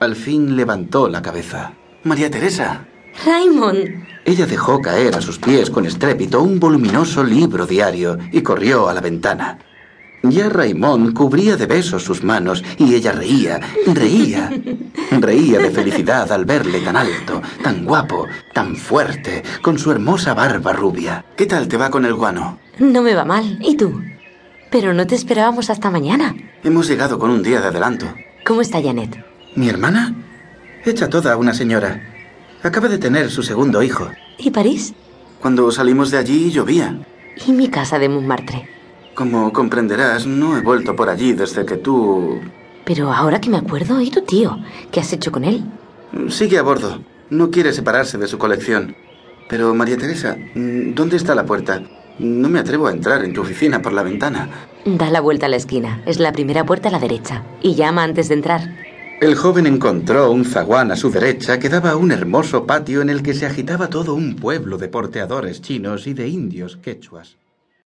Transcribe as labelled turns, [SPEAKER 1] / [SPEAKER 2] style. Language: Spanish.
[SPEAKER 1] Al fin levantó la cabeza. María Teresa.
[SPEAKER 2] Raymond.
[SPEAKER 1] Ella dejó caer a sus pies con estrépito un voluminoso libro diario y corrió a la ventana. Ya Raimond cubría de besos sus manos y ella reía, reía, reía de felicidad al verle tan alto, tan guapo, tan fuerte, con su hermosa barba rubia. ¿Qué tal te va con el guano?
[SPEAKER 2] No me va mal. ¿Y tú? Pero no te esperábamos hasta mañana.
[SPEAKER 1] Hemos llegado con un día de adelanto.
[SPEAKER 2] ¿Cómo está Janet?
[SPEAKER 1] ¿Mi hermana? Hecha toda una señora. Acaba de tener su segundo hijo.
[SPEAKER 2] ¿Y París?
[SPEAKER 1] Cuando salimos de allí llovía.
[SPEAKER 2] ¿Y mi casa de Montmartre?
[SPEAKER 1] Como comprenderás, no he vuelto por allí desde que tú...
[SPEAKER 2] Pero ahora que me acuerdo, ¿y tu tío? ¿Qué has hecho con él?
[SPEAKER 1] Sigue a bordo. No quiere separarse de su colección. Pero, María Teresa, ¿dónde está la puerta? No me atrevo a entrar en tu oficina por la ventana.
[SPEAKER 2] Da la vuelta a la esquina. Es la primera puerta a la derecha. Y llama antes de entrar.
[SPEAKER 1] El joven encontró un zaguán a su derecha que daba a un hermoso patio en el que se agitaba todo un pueblo de porteadores chinos y de indios quechuas.